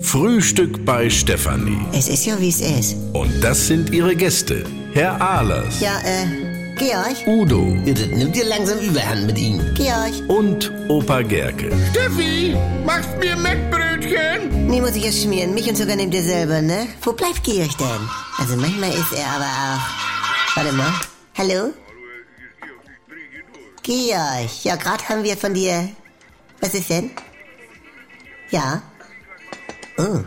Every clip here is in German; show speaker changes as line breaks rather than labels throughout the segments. Frühstück bei Stefanie.
Es ist ja, wie es ist.
Und das sind ihre Gäste. Herr Ahlers,
Ja, äh, Georg,
Udo
Ja, das nimmt dir langsam Überhand mit ihm.
Georg,
und Opa Gerke.
Steffi, machst mir Mettbrötchen?
nee, muss ich jetzt schmieren. Mich und sogar nehmt ihr selber, ne? Wo bleibt Georg denn? Also manchmal ist er aber auch... Warte mal. Hallo? Georg, ja, gerade haben wir von dir... Was ist denn? Ja? Oh,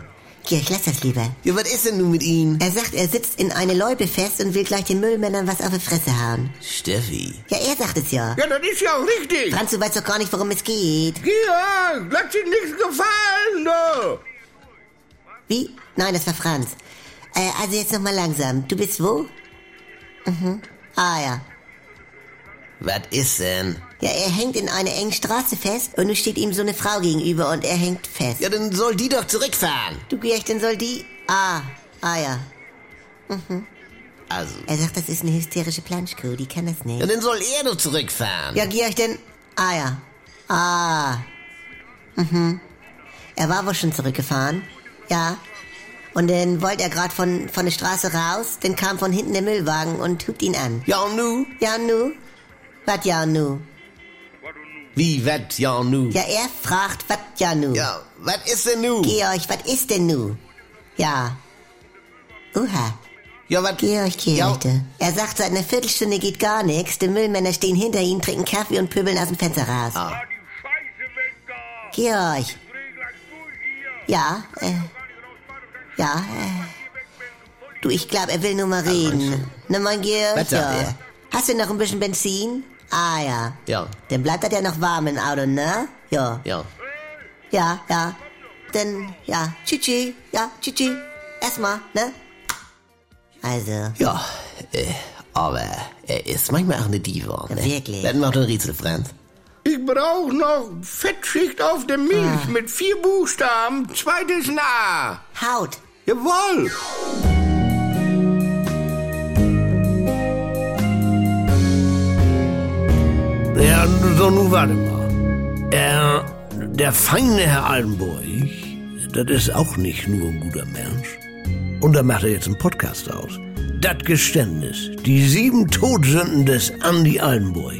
Georg, lass das lieber.
Ja, was ist denn nun mit ihm?
Er sagt, er sitzt in eine Loipe fest und will gleich den Müllmännern was auf die Fresse hauen.
Steffi.
Ja, er sagt es ja.
Ja, das ist ja auch richtig.
Franz, du weißt doch gar nicht, worum es geht.
Georg, lass dir nichts gefallen, du.
Wie? Nein, das war Franz. Äh, also jetzt nochmal langsam. Du bist wo? Mhm. Ah ja.
Was ist denn?
Ja, er hängt in einer engen Straße fest und nun steht ihm so eine Frau gegenüber und er hängt fest.
Ja, dann soll die doch zurückfahren.
Du Georg, dann soll die... Ah, ah ja.
Also.
Er sagt, das ist eine hysterische Planschcrew, die kann das
Ja,
nicht.
dann soll er doch zurückfahren.
Ja, Georg, denn... Ah ja. Ah. Mhm. Er war wohl schon zurückgefahren. Ja. Und dann wollte er gerade von, von der Straße raus, dann kam von hinten der Müllwagen und hupt ihn an.
Ja, und nu?
Ja, nu? Was ja, nu?
Wie, was, ja, und nu?
Ja, er fragt, was ja, nu?
Ja, was ist denn nu?
Georg, was ist denn nu? Ja. Uha,
Ja, was?
Georg,
Ja.
Georg. du. Er sagt, seit einer Viertelstunde geht gar nichts. Die Müllmänner stehen hinter ihm, trinken Kaffee und pöbeln aus dem Fenster raus.
Ah.
die Scheiße weg da.
Georg,
Dreh gleich durch hier.
ja, äh, ja, äh. Du, ich glaube, er will nur mal reden. Na, mein Georg,
Was sagt
ja.
er?
Hast du noch ein bisschen Benzin? Ah, ja.
Ja,
Dann bleibt das ja noch warm im Auto, ne? Ja.
ja.
Ja, ja. Denn, ja, tschüssi, ja, tschüssi. Erstmal, ne? Also,
Ja, äh, aber er ist manchmal auch eine Diva, ne?
Wirklich?
Dann macht ein Rätsel, Franz.
Ich brauch noch Fettschicht auf der Milch mit vier Buchstaben. Zweites ein A.
Ah. Haut.
Jawohl.
Ja, so nun warte mal. Er, der feine Herr Altenburg, das ist auch nicht nur ein guter Mensch. Und da macht er jetzt einen Podcast aus. Das Geständnis, die sieben Todsünden des Andy Altenburg.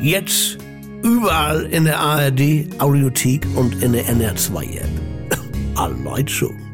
Jetzt überall in der ARD, Audiothek und in der NR2-App. Alle Leute schon.